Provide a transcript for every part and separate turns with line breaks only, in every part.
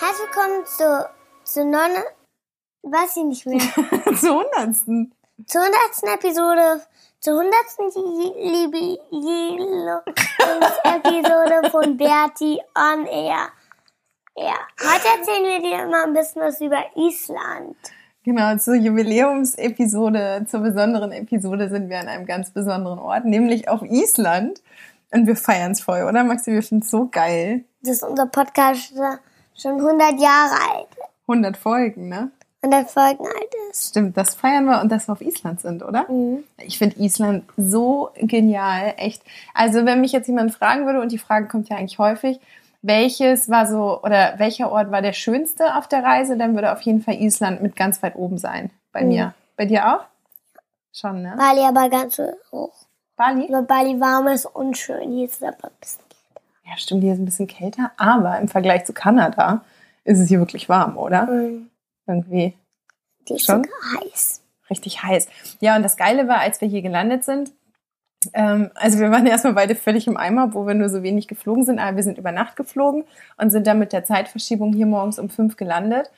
Herzlich willkommen zu, zu Nonne. Weiß ich nicht mehr.
Zur Hundertsten.
Zur hundertsten Episode, zur hundertsten liebe Episode von Bertie on Air. Ja, heute erzählen wir dir mal ein bisschen was über Island.
Genau, zur Jubiläumsepisode, zur besonderen Episode sind wir an einem ganz besonderen Ort, nämlich auf Island. Und wir feiern es voll, oder Maxi? Wir finden es so geil.
Das ist unser Podcast schon 100 Jahre alt,
100 Folgen, ne?
100 Folgen alt ist.
Stimmt, das feiern wir und dass wir auf Island sind, oder? Ich finde Island so genial, echt. Also wenn mich jetzt jemand fragen würde, und die Frage kommt ja eigentlich häufig, welches war so oder welcher Ort war der schönste auf der Reise, dann würde auf jeden Fall Island mit ganz weit oben sein bei mir. Bei dir auch? Schon, ne?
Bali aber ganz hoch.
Bali?
Über Bali warm ist unschön, hier ist es aber ein bisschen.
Ja, stimmt, hier ist ein bisschen kälter, aber im Vergleich zu Kanada ist es hier wirklich warm, oder?
Mhm.
Irgendwie.
Die ist
Schon?
sogar heiß.
richtig heiß. Ja, und das Geile war, als wir hier gelandet sind, ähm, also wir waren erstmal beide völlig im Eimer, wo wir nur so wenig geflogen sind, aber wir sind über Nacht geflogen und sind dann mit der Zeitverschiebung hier morgens um fünf gelandet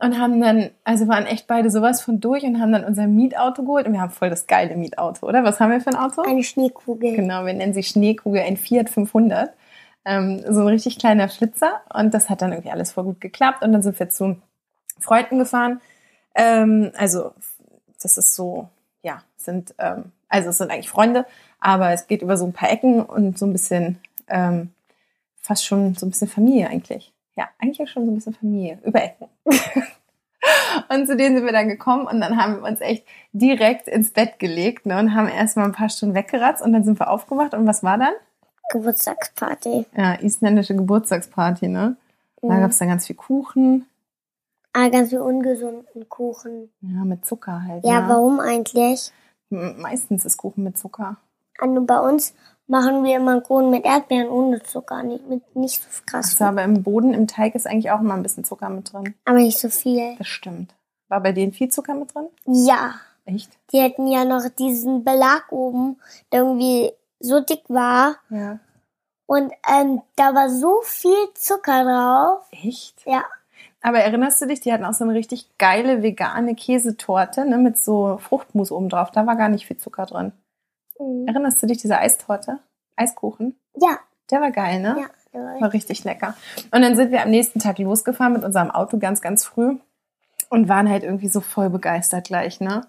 und haben dann, also waren echt beide sowas von durch und haben dann unser Mietauto geholt und wir haben voll das geile Mietauto, oder? Was haben wir für ein Auto?
Eine Schneekugel.
Genau, wir nennen sie Schneekugel, ein Fiat 500. Ähm, so ein richtig kleiner Flitzer. Und das hat dann irgendwie alles voll gut geklappt. Und dann sind wir zu Freunden gefahren. Ähm, also, das ist so, ja, sind, ähm, also es sind eigentlich Freunde, aber es geht über so ein paar Ecken und so ein bisschen, ähm, fast schon so ein bisschen Familie eigentlich. Ja, eigentlich schon so ein bisschen Familie, über Ecken. Und zu denen sind wir dann gekommen und dann haben wir uns echt direkt ins Bett gelegt ne, und haben erstmal ein paar Stunden weggeratzt und dann sind wir aufgewacht und was war dann?
Geburtstagsparty.
Ja, isländische Geburtstagsparty, ne? Da gab es dann ganz viel Kuchen,
Ah, ganz viel ungesunden Kuchen.
ja, mit Zucker halt.
Ja,
ne?
warum eigentlich?
M- Meistens ist Kuchen mit Zucker.
Also bei uns machen wir immer Kuchen mit Erdbeeren ohne Zucker. Nicht, mit, nicht so krass.
Also, aber im Boden, im Teig ist eigentlich auch immer ein bisschen Zucker mit drin.
Aber nicht so viel.
Das stimmt. War bei denen viel Zucker mit drin?
Ja.
Echt?
Die hätten ja noch diesen Belag oben, der irgendwie so dick war.
Ja.
Und ähm, da war so viel Zucker drauf.
Echt?
Ja.
Aber erinnerst du dich, die hatten auch so eine richtig geile vegane Käsetorte ne, mit so Fruchtmus oben drauf. Da war gar nicht viel Zucker drin.
Mhm.
Erinnerst du dich, diese Eistorte? Eiskuchen?
Ja.
Der war geil, ne?
Ja. ja.
War richtig lecker. Und dann sind wir am nächsten Tag losgefahren mit unserem Auto ganz, ganz früh und waren halt irgendwie so voll begeistert gleich, ne?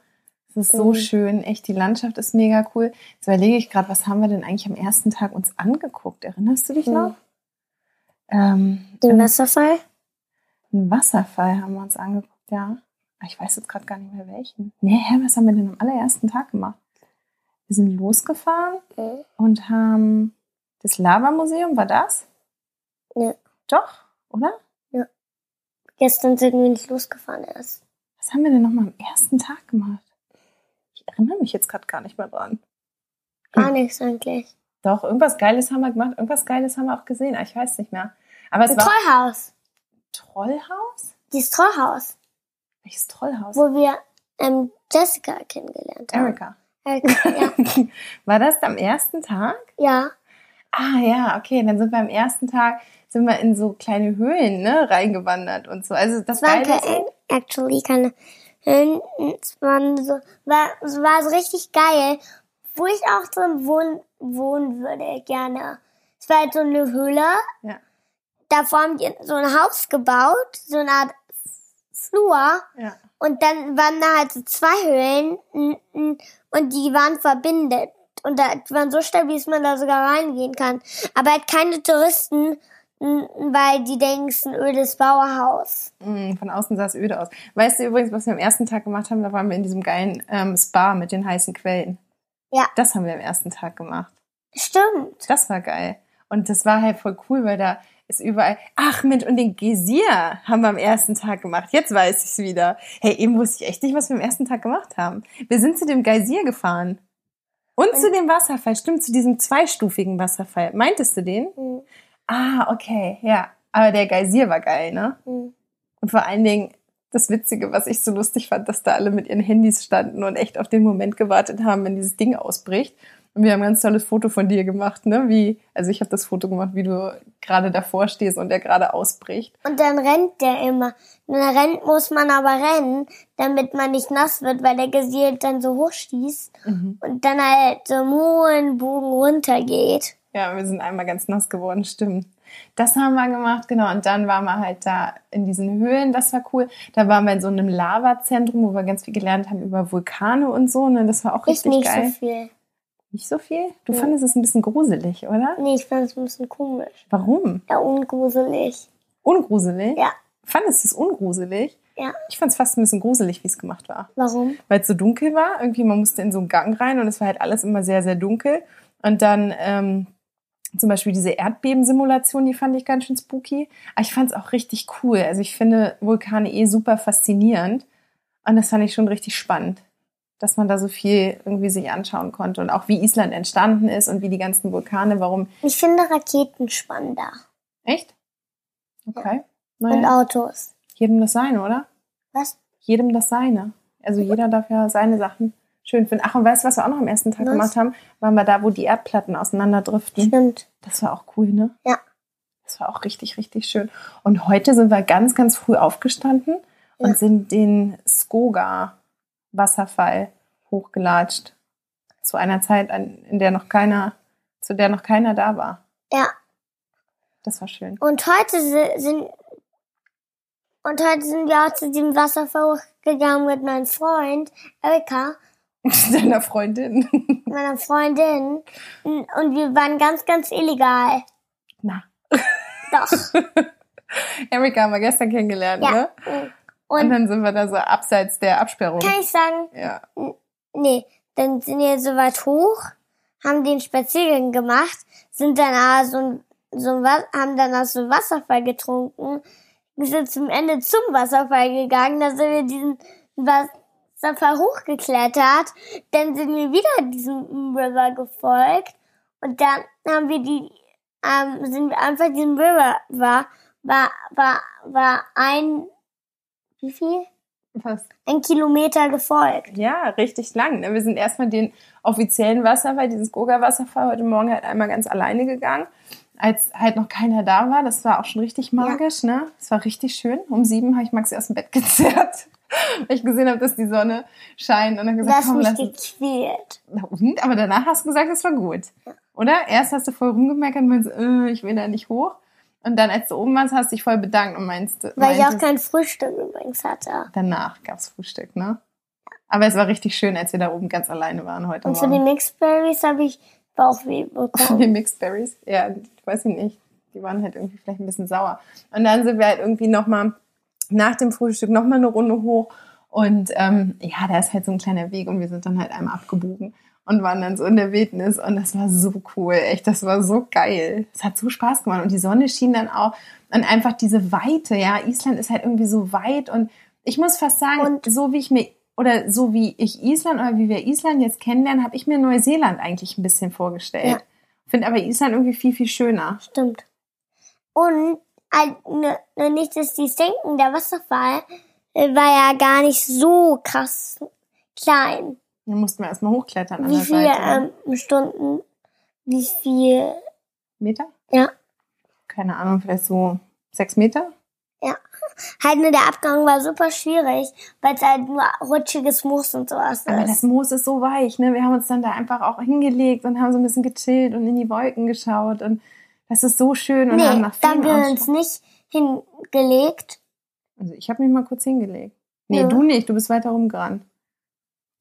Es ist so
Mhm.
schön, echt, die Landschaft ist mega cool. Jetzt überlege ich gerade, was haben wir denn eigentlich am ersten Tag uns angeguckt? Erinnerst du dich
Mhm.
noch? Ähm,
Den Wasserfall?
einen Wasserfall haben wir uns angeguckt, ja. Aber Ich weiß jetzt gerade gar nicht mehr welchen. Nee, hä, was haben wir denn am allerersten Tag gemacht? Wir sind losgefahren
Mhm.
und haben das Lava-Museum, war das?
Nee.
Doch, oder?
Gestern sind wir nicht losgefahren erst.
Was haben wir denn nochmal am ersten Tag gemacht? Ich erinnere mich jetzt gerade gar nicht mehr dran. Hm.
Gar nichts eigentlich.
Doch, irgendwas Geiles haben wir gemacht, irgendwas Geiles haben wir auch gesehen, aber ich weiß nicht mehr. Aber es
Ein
war
Trollhaus.
Trollhaus?
Dieses Trollhaus,
Welches Trollhaus?
wo wir ähm, Jessica kennengelernt haben.
Erika.
Erika. Ja.
War das am ersten Tag?
ja.
Ah ja, okay, dann sind wir am ersten Tag sind wir in so kleine Höhlen, ne, reingewandert und so. Also das
Es waren
Geile ist-
keine, actually keine Höhen. Es, waren so, war, es war so richtig geil, wo ich auch drin wohnen, wohnen würde gerne. Es war halt so eine Höhle.
Ja.
Davor haben die so ein Haus gebaut, so eine Art Flur.
ja.
Und dann waren da halt so zwei Höhlen n- n- und die waren verbindet. und da die waren so stabil, dass man da sogar reingehen kann. Aber halt keine Touristen, m, weil die denken, ödes Bauerhaus.
Mm, Von außen sah es öde aus. Weißt du übrigens, was wir am ersten Tag gemacht haben? Da waren wir in diesem geilen ähm, Spa mit den heißen Quellen.
Ja.
Das haben wir am ersten Tag gemacht.
Stimmt.
Das war geil. Und das war halt voll cool, weil da ist überall. Ach, mit und den Gesier haben wir am ersten Tag gemacht. Jetzt weiß ich's wieder. Hey, eben wusste ich echt nicht, was wir am ersten Tag gemacht haben. Wir sind zu dem Geysir gefahren. Und, zu dem Wasserfall. Stimmt, zu diesem zweistufigen Wasserfall. Meintest du den?
Mhm.
Ah, okay, ja. Aber der Geysir war geil, ne?
Mhm.
Und vor allen Dingen das Witzige, was ich so lustig fand, dass da alle mit ihren Handys standen und echt auf den Moment gewartet haben, wenn dieses Ding ausbricht. Und wir haben ein ganz tolles Foto von dir gemacht, ne? Wie, also ich habe das Foto gemacht, wie du gerade davor stehst und der gerade ausbricht.
Und dann rennt der immer. Und dann rennt, muss man aber rennen, damit man nicht nass wird, weil der Gesicht dann so hoch schießt
Mhm.
und dann halt so im hohen Bogen runtergeht.
Ja, wir sind einmal ganz nass geworden, stimmt. Das haben wir gemacht, genau. Und dann waren wir halt da in diesen Höhlen, das war cool. Da waren wir in so einem Lavazentrum, wo wir ganz viel gelernt haben über Vulkane und so, ne? Das war auch
Ich
richtig
nicht
geil.
so viel.
Nicht so viel? Du
Ja.
fandest es ein bisschen gruselig, oder?
Nee, ich fand es ein bisschen komisch.
Warum?
Ja, ungruselig.
Ungruselig?
Ja.
Fandest du es ungruselig?
Ja.
Ich fand es fast ein bisschen gruselig, wie es gemacht war.
Warum?
Weil es so dunkel war. Irgendwie, man musste in so einen Gang rein und es war halt alles immer sehr, sehr dunkel. Und dann ähm, zum Beispiel diese Erdbebensimulation, die fand ich ganz schön spooky. Aber ich fand es auch richtig cool. Also ich finde Vulkane eh super faszinierend. Und das fand ich schon richtig spannend, dass man da so viel irgendwie sich anschauen konnte. Und auch wie Island entstanden ist und wie die ganzen Vulkane, warum.
Ich finde Raketen spannender.
Echt? Okay.
Und
Naja,
Autos.
jedem das sein, oder?
Was?
jedem das Seine. Also jeder darf ja seine Sachen schön finden. Ach, und weißt du, was wir auch noch am ersten Tag
Was?
gemacht haben? Waren wir da, wo die Erdplatten auseinanderdriften.
Stimmt.
Das war auch cool, ne?
Ja.
Das war auch richtig, richtig schön. Und heute sind wir ganz, ganz früh aufgestanden und
Ja.
sind den Skoga-Wasserfall hochgelatscht. Zu einer Zeit, an- in der noch keiner, zu der noch keiner da war.
Ja.
Das war schön.
Und heute si- sind und heute sind wir auch zu diesem Wasserfall gegangen mit meinem Freund Erika,
Deiner Freundin.
meiner Freundin. Und und wir waren ganz, ganz illegal.
Na,
Doch.
Erika haben wir gestern kennengelernt, ne?
ja.
Und
Und
dann sind wir da so abseits der Absperrung.
kann ich sagen,
Ja.
nee, dann sind wir so weit hoch, haben den Spaziergang gemacht, sind dann ah, so ein, so ein, Wa- haben dann aus so einem Wasserfall getrunken, wir sind zum Ende zum Wasserfall gegangen, da sind wir diesen Wasserfall hochgeklettert, dann sind wir wieder diesem River gefolgt und dann haben wir die, ähm, sind wir einfach diesem River, war, war, war, war ein, wie viel?
Was?
Ein Kilometer gefolgt.
Ja, richtig lang. Ne? Wir sind erstmal den offiziellen Wasserfall, dieses Goga-Wasserfall, heute Morgen halt einmal ganz alleine gegangen, als halt noch keiner da war. Das war auch schon richtig magisch, ne? Das war richtig schön. Um sieben habe ich Maxi aus dem Bett gezerrt, weil ich gesehen habe, dass die Sonne scheint und dann
Du
gesagt,
hast
Also komm,
mich
lass uns.
gequält.
Na und? Aber danach hast du gesagt, es war gut. Oder? Erst hast du voll rumgemeckert und meinst, äh, ich will da nicht hoch. Und dann, als du oben warst, hast du dich voll bedankt und meinst,
Weil ich auch
meintest-
kein Frühstück übrigens hatte.
Danach gab's Frühstück, ne? Aber es war richtig schön, als wir da oben ganz alleine waren heute
Und zu den
Morgen.
Mixed Berries habe ich Bauchweh
Von
bekommen.
den Mixed Berries? Ja, ich weiß nicht. Die waren halt irgendwie vielleicht ein bisschen sauer. Und dann sind wir halt irgendwie nochmal nach dem Frühstück nochmal eine Runde hoch. Und ähm, ja, da ist halt so ein kleiner Weg und wir sind dann halt einmal abgebogen und waren dann so in der Wildnis und das war so cool, echt, das war so geil. Es hat so Spaß gemacht und die Sonne schien dann auch und einfach diese Weite, ja, Island ist halt irgendwie so weit und ich muss fast sagen,
Und-
so wie ich mir oder so wie ich Island oder wie wir Island jetzt kennenlernen, habe ich mir Neuseeland eigentlich ein bisschen vorgestellt.
Ja.
Finde aber Island irgendwie viel, viel schöner.
Stimmt. Und halt, ne, ne, nicht, dass die denken, der Wasserfall äh, war ja gar nicht so krass klein.
Da mussten wir erstmal hochklettern an
Wie
der
viele
Seite. ne?
ähm, Stunden, wie viel,
Meter?
Ja.
Keine Ahnung, vielleicht so sechs Meter?
halt nur der Abgang war super schwierig, weil es halt nur rutschiges Moos und sowas
Aber das
ist.
Moos ist so weich, ne? Wir haben uns dann da einfach auch hingelegt und haben so ein bisschen gechillt und in die Wolken geschaut und das ist so schön und haben
Nee,
nach
da haben
vielen
wir uns
Ausschau-
nicht hingelegt.
Also ich habe mich mal kurz hingelegt. Nee,
Ja.
Ah, du nicht, du bist weiter rumgerannt.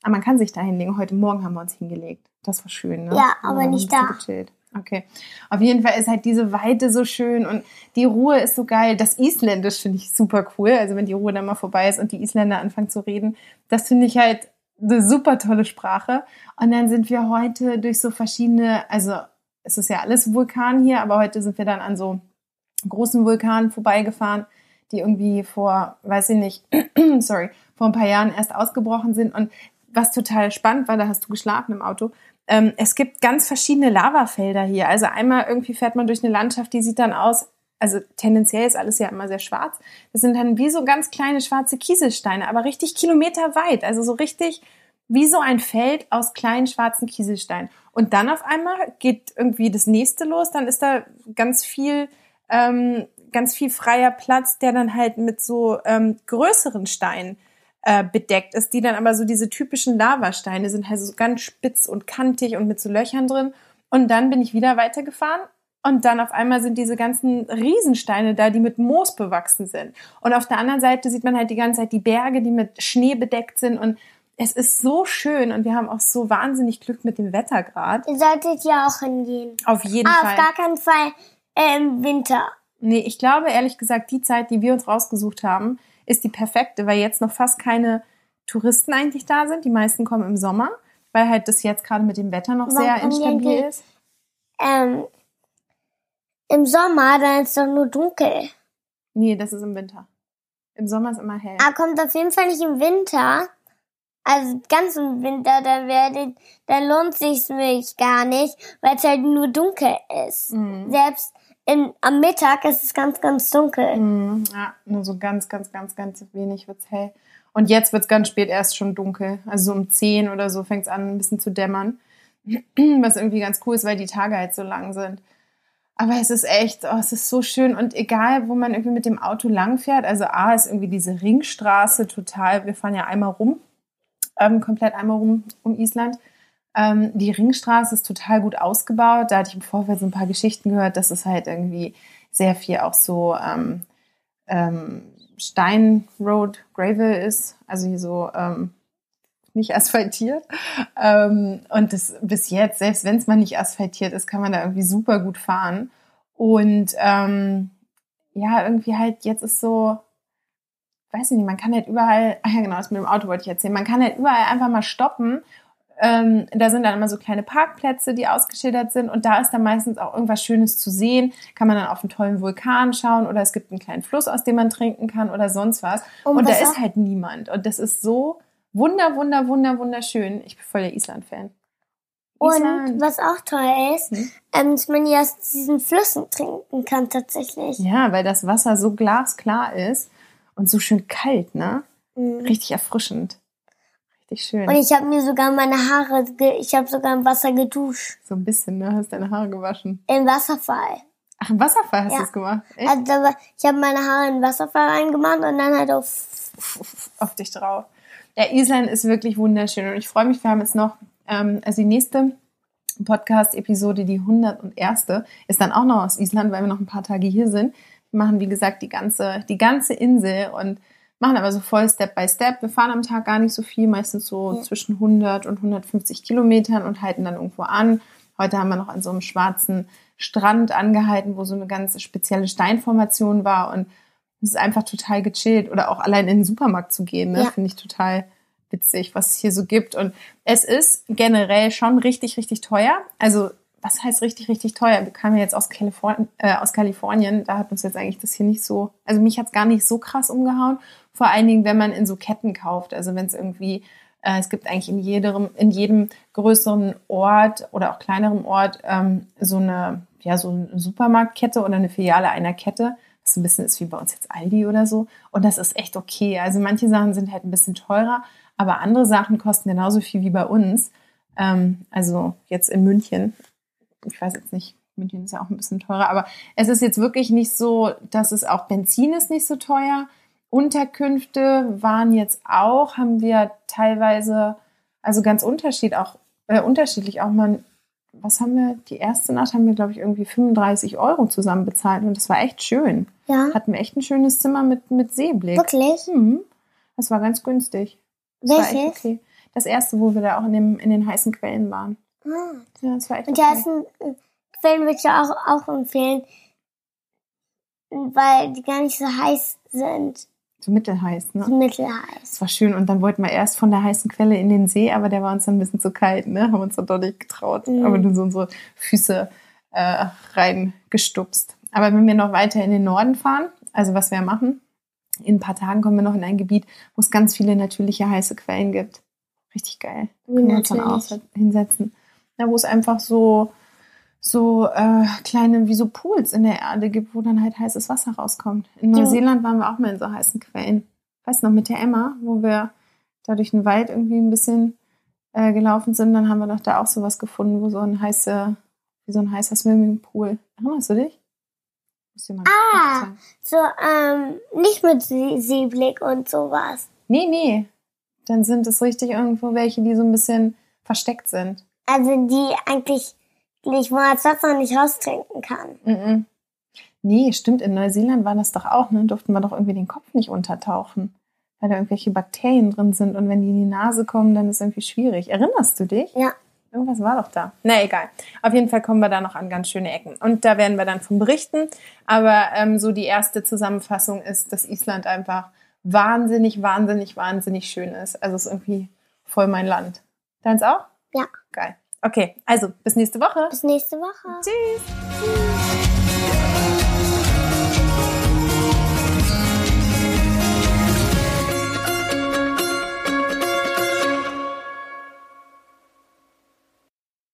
Aber man kann sich da hinlegen. Heute Morgen haben wir uns hingelegt. Das war schön, ne?
Ja, aber nicht
hast du
da.
Gechillt. Okay. Auf jeden Fall ist halt diese Weite so schön und die Ruhe ist so geil. Das Isländisch finde ich super cool. Also wenn die Ruhe dann mal vorbei ist und die Isländer anfangen zu reden, das finde ich halt eine super tolle Sprache. Und dann sind wir heute durch so verschiedene, also es ist ja alles Vulkan hier, aber heute sind wir dann an so großen Vulkanen vorbeigefahren, die irgendwie vor, weiß ich nicht, sorry, vor ein paar Jahren erst ausgebrochen sind. Und was total spannend war, da hast du geschlafen im Auto. Ähm, es gibt ganz verschiedene Lavafelder hier. Also einmal irgendwie fährt man durch eine Landschaft, die sieht dann aus, also tendenziell ist alles ja immer sehr schwarz. Das sind dann wie so ganz kleine schwarze Kieselsteine, aber richtig kilometerweit. Also so richtig wie so ein Feld aus kleinen schwarzen Kieselsteinen. Und dann auf einmal geht irgendwie das nächste los, dann ist da ganz viel ähm, ganz viel freier Platz, der dann halt mit so ähm, größeren Steinen äh, bedeckt ist, die dann aber so diese typischen Lavasteine sind, also so ganz spitz und kantig und mit so Löchern drin. Und dann bin ich wieder weitergefahren und dann auf einmal sind diese ganzen Riesensteine da, die mit Moos bewachsen sind. Und auf der anderen Seite sieht man halt die ganze Zeit die Berge, die mit Schnee bedeckt sind und es ist so schön und wir haben auch so wahnsinnig Glück mit dem Wetter gerade.
Ihr solltet ja auch hingehen.
Auf jeden
Ah,
Fall.
auf gar keinen Fall äh, im Winter.
Nee, ich glaube ehrlich gesagt, die Zeit, die wir uns rausgesucht haben, ist die perfekte, weil jetzt noch fast keine Touristen eigentlich da sind. Die meisten kommen im Sommer, weil halt das jetzt gerade mit dem Wetter noch
Warum
sehr
kommen die
instabil
eigentlich-
ist.
Ähm, Im Sommer, dann ist doch nur dunkel.
Nee, das ist im Winter. Im Sommer ist immer hell.
Aber Ah, kommt auf jeden Fall nicht im Winter. Also ganz im Winter, dann werdet, dann lohnt sich's mich gar nicht, weil es halt nur dunkel ist.
Mhm.
Selbst in, am Mittag ist es ganz, ganz dunkel.
Mhm. Ja, nur so ganz, ganz, ganz, ganz wenig wird's hell. Und jetzt wird's ganz spät erst schon dunkel. Also so um 10 oder so fängt's an, ein bisschen zu dämmern. Was irgendwie ganz cool ist, weil die Tage halt so lang sind. Aber es ist echt, oh, es ist so schön. Und egal, wo man irgendwie mit dem Auto langfährt, also A ist irgendwie diese Ringstraße total, wir fahren ja einmal rum, ähm, komplett einmal rum um Island. Ähm, die Ringstraße ist total gut ausgebaut. Da hatte ich im Vorfeld so ein paar Geschichten gehört, dass es halt irgendwie sehr viel auch so ähm, ähm, Stein Road Gravel ist, also hier so ähm, nicht asphaltiert. Ähm, und das bis jetzt, selbst wenn es mal nicht asphaltiert ist, kann man da irgendwie super gut fahren. Und ähm, ja, irgendwie halt, jetzt ist so, weiß ich nicht, man kann halt überall, ah ja genau, das mit dem Auto wollte ich erzählen, man kann halt überall einfach mal stoppen. Ähm, da sind dann immer so kleine Parkplätze, die ausgeschildert sind und da ist dann meistens auch irgendwas Schönes zu sehen. Kann man dann auf einen tollen Vulkan schauen oder es gibt einen kleinen Fluss, aus dem man trinken kann oder sonst was. Und, da
was
ist halt niemand. Und das ist so wunder, wunder, wunder, wunderschön. Ich bin voll der Island-Fan.
Und was auch toll ist,
Hm?
ähm, dass man ja aus diesen Flüssen trinken kann tatsächlich.
Ja, weil das Wasser so glasklar ist und so schön kalt, ne?
Mhm.
Richtig erfrischend. Richtig schön.
Und ich habe mir sogar meine Haare, ge ich habe sogar im Wasser geduscht,
so ein bisschen, ne? Hast deine Haare gewaschen.
im Wasserfall.
Ach, im Wasserfall hast
Ja.
du es gemacht. Echt?
Also da war- ich habe meine Haare in den Wasserfall reingemacht und dann halt auf
auf dich drauf. Ja, Island ist wirklich wunderschön und ich freue mich, wir haben jetzt noch, ähm, also die nächste Podcast-Episode, die 101. ist dann auch noch aus Island, weil wir noch ein paar Tage hier sind. Wir machen, wie gesagt, die ganze, die ganze Insel und machen aber so voll Step by Step. Wir fahren am Tag gar nicht so viel, meistens so
Ja.
zwischen 100 und 150 Kilometern und halten dann irgendwo an. Heute haben wir noch an so einem schwarzen Strand angehalten, wo so eine ganz spezielle Steinformation war und es ist einfach total gechillt. Oder auch allein in den Supermarkt zu gehen, ne?
Ja.
finde ich total witzig, was es hier so gibt. Und es ist generell schon richtig, richtig teuer. Also, was heißt richtig, richtig teuer? Wir kamen ja jetzt aus, Kaliforn äh, aus Kalifornien. Da hat uns jetzt eigentlich das hier nicht so, also mich hat es gar nicht so krass umgehauen. Vor allen Dingen, wenn man in so Ketten kauft. Also, wenn es irgendwie, äh, es gibt eigentlich in jedem, in jedem größeren Ort oder auch kleineren Ort ähm, so eine, ja, so eine Supermarktkette oder eine Filiale einer Kette. was So ein bisschen ist wie bei uns jetzt Aldi oder so. Und das ist echt okay. Also manche Sachen sind halt ein bisschen teurer, aber andere Sachen kosten genauso viel wie bei uns. Ähm, also jetzt in München. Ich weiß jetzt nicht, München ist ja auch ein bisschen teurer, aber es ist jetzt wirklich nicht so, dass es auch Benzin ist nicht so teuer. Unterkünfte waren jetzt auch, haben wir teilweise, also ganz unterschied auch, äh, unterschiedlich auch mal, was haben wir, die erste Nacht haben wir, glaube ich, irgendwie 35 Euro zusammen bezahlt und das war echt schön.
Ja,
Hatten wir echt ein schönes Zimmer mit, mit Seeblick.
wirklich?
Hm, das war ganz günstig. Das war echt
Welches?
okay. Das erste, wo wir da auch in, dem, in den heißen Quellen waren.
Ah.
Ja, das war echt
Und
okay.
der ist ein Film, würde ich auch, auch empfehlen, weil die gar nicht so heiß sind,
so mittelheiß, ne?
so mittelheiß.
Das war schön. Und dann wollten wir erst von der heißen Quelle in den See, aber der war uns dann ein bisschen zu kalt, ne? Haben uns dann doch nicht getraut.
Mhm.
Aber nur so unsere Füße äh, reingestupst. Aber wenn wir noch weiter in den Norden fahren, also was wir ja machen, in ein paar Tagen kommen wir noch in ein Gebiet, wo es ganz viele natürliche heiße Quellen gibt. Richtig geil. Da
Genau,
können wir uns dann
Natürlich.
auch hinsetzen. Na, wo es einfach so, so äh, kleine, wie so Pools in der Erde gibt, wo dann halt heißes Wasser rauskommt. In
Ja.
Neuseeland waren wir auch mal in so heißen Quellen. Weiß noch, mit der Emma, wo wir da durch den Wald irgendwie ein bisschen äh, gelaufen sind, dann haben wir doch da auch sowas gefunden, wo so ein heißer, wie so ein heißer Swimmingpool. Erinnerst du dich? Muss dir mal
Ah.
sagen.
So, ähm, nicht mit See Seeblick und sowas.
Nee, nee. Dann sind es richtig irgendwo welche, die so ein bisschen versteckt sind.
Also die eigentlich, die ich mal als Wasser nicht raustrinken kann.
Mhm. Nee, stimmt. In Neuseeland war das doch auch, ne? Durften wir doch irgendwie den Kopf nicht untertauchen, weil da irgendwelche Bakterien drin sind und wenn die in die Nase kommen, dann ist irgendwie schwierig. Erinnerst du dich?
Ja.
Irgendwas war doch da. Na egal. Auf jeden Fall kommen wir da noch an ganz schöne Ecken. Und da werden wir dann von berichten. Aber ähm, so die erste Zusammenfassung ist, dass Island einfach wahnsinnig, wahnsinnig, wahnsinnig schön ist. Also es ist irgendwie voll mein Land. Deins auch?
Ja.
Geil. Okay, also bis nächste Woche.
Bis nächste Woche.
Tschüss.
Tschüss.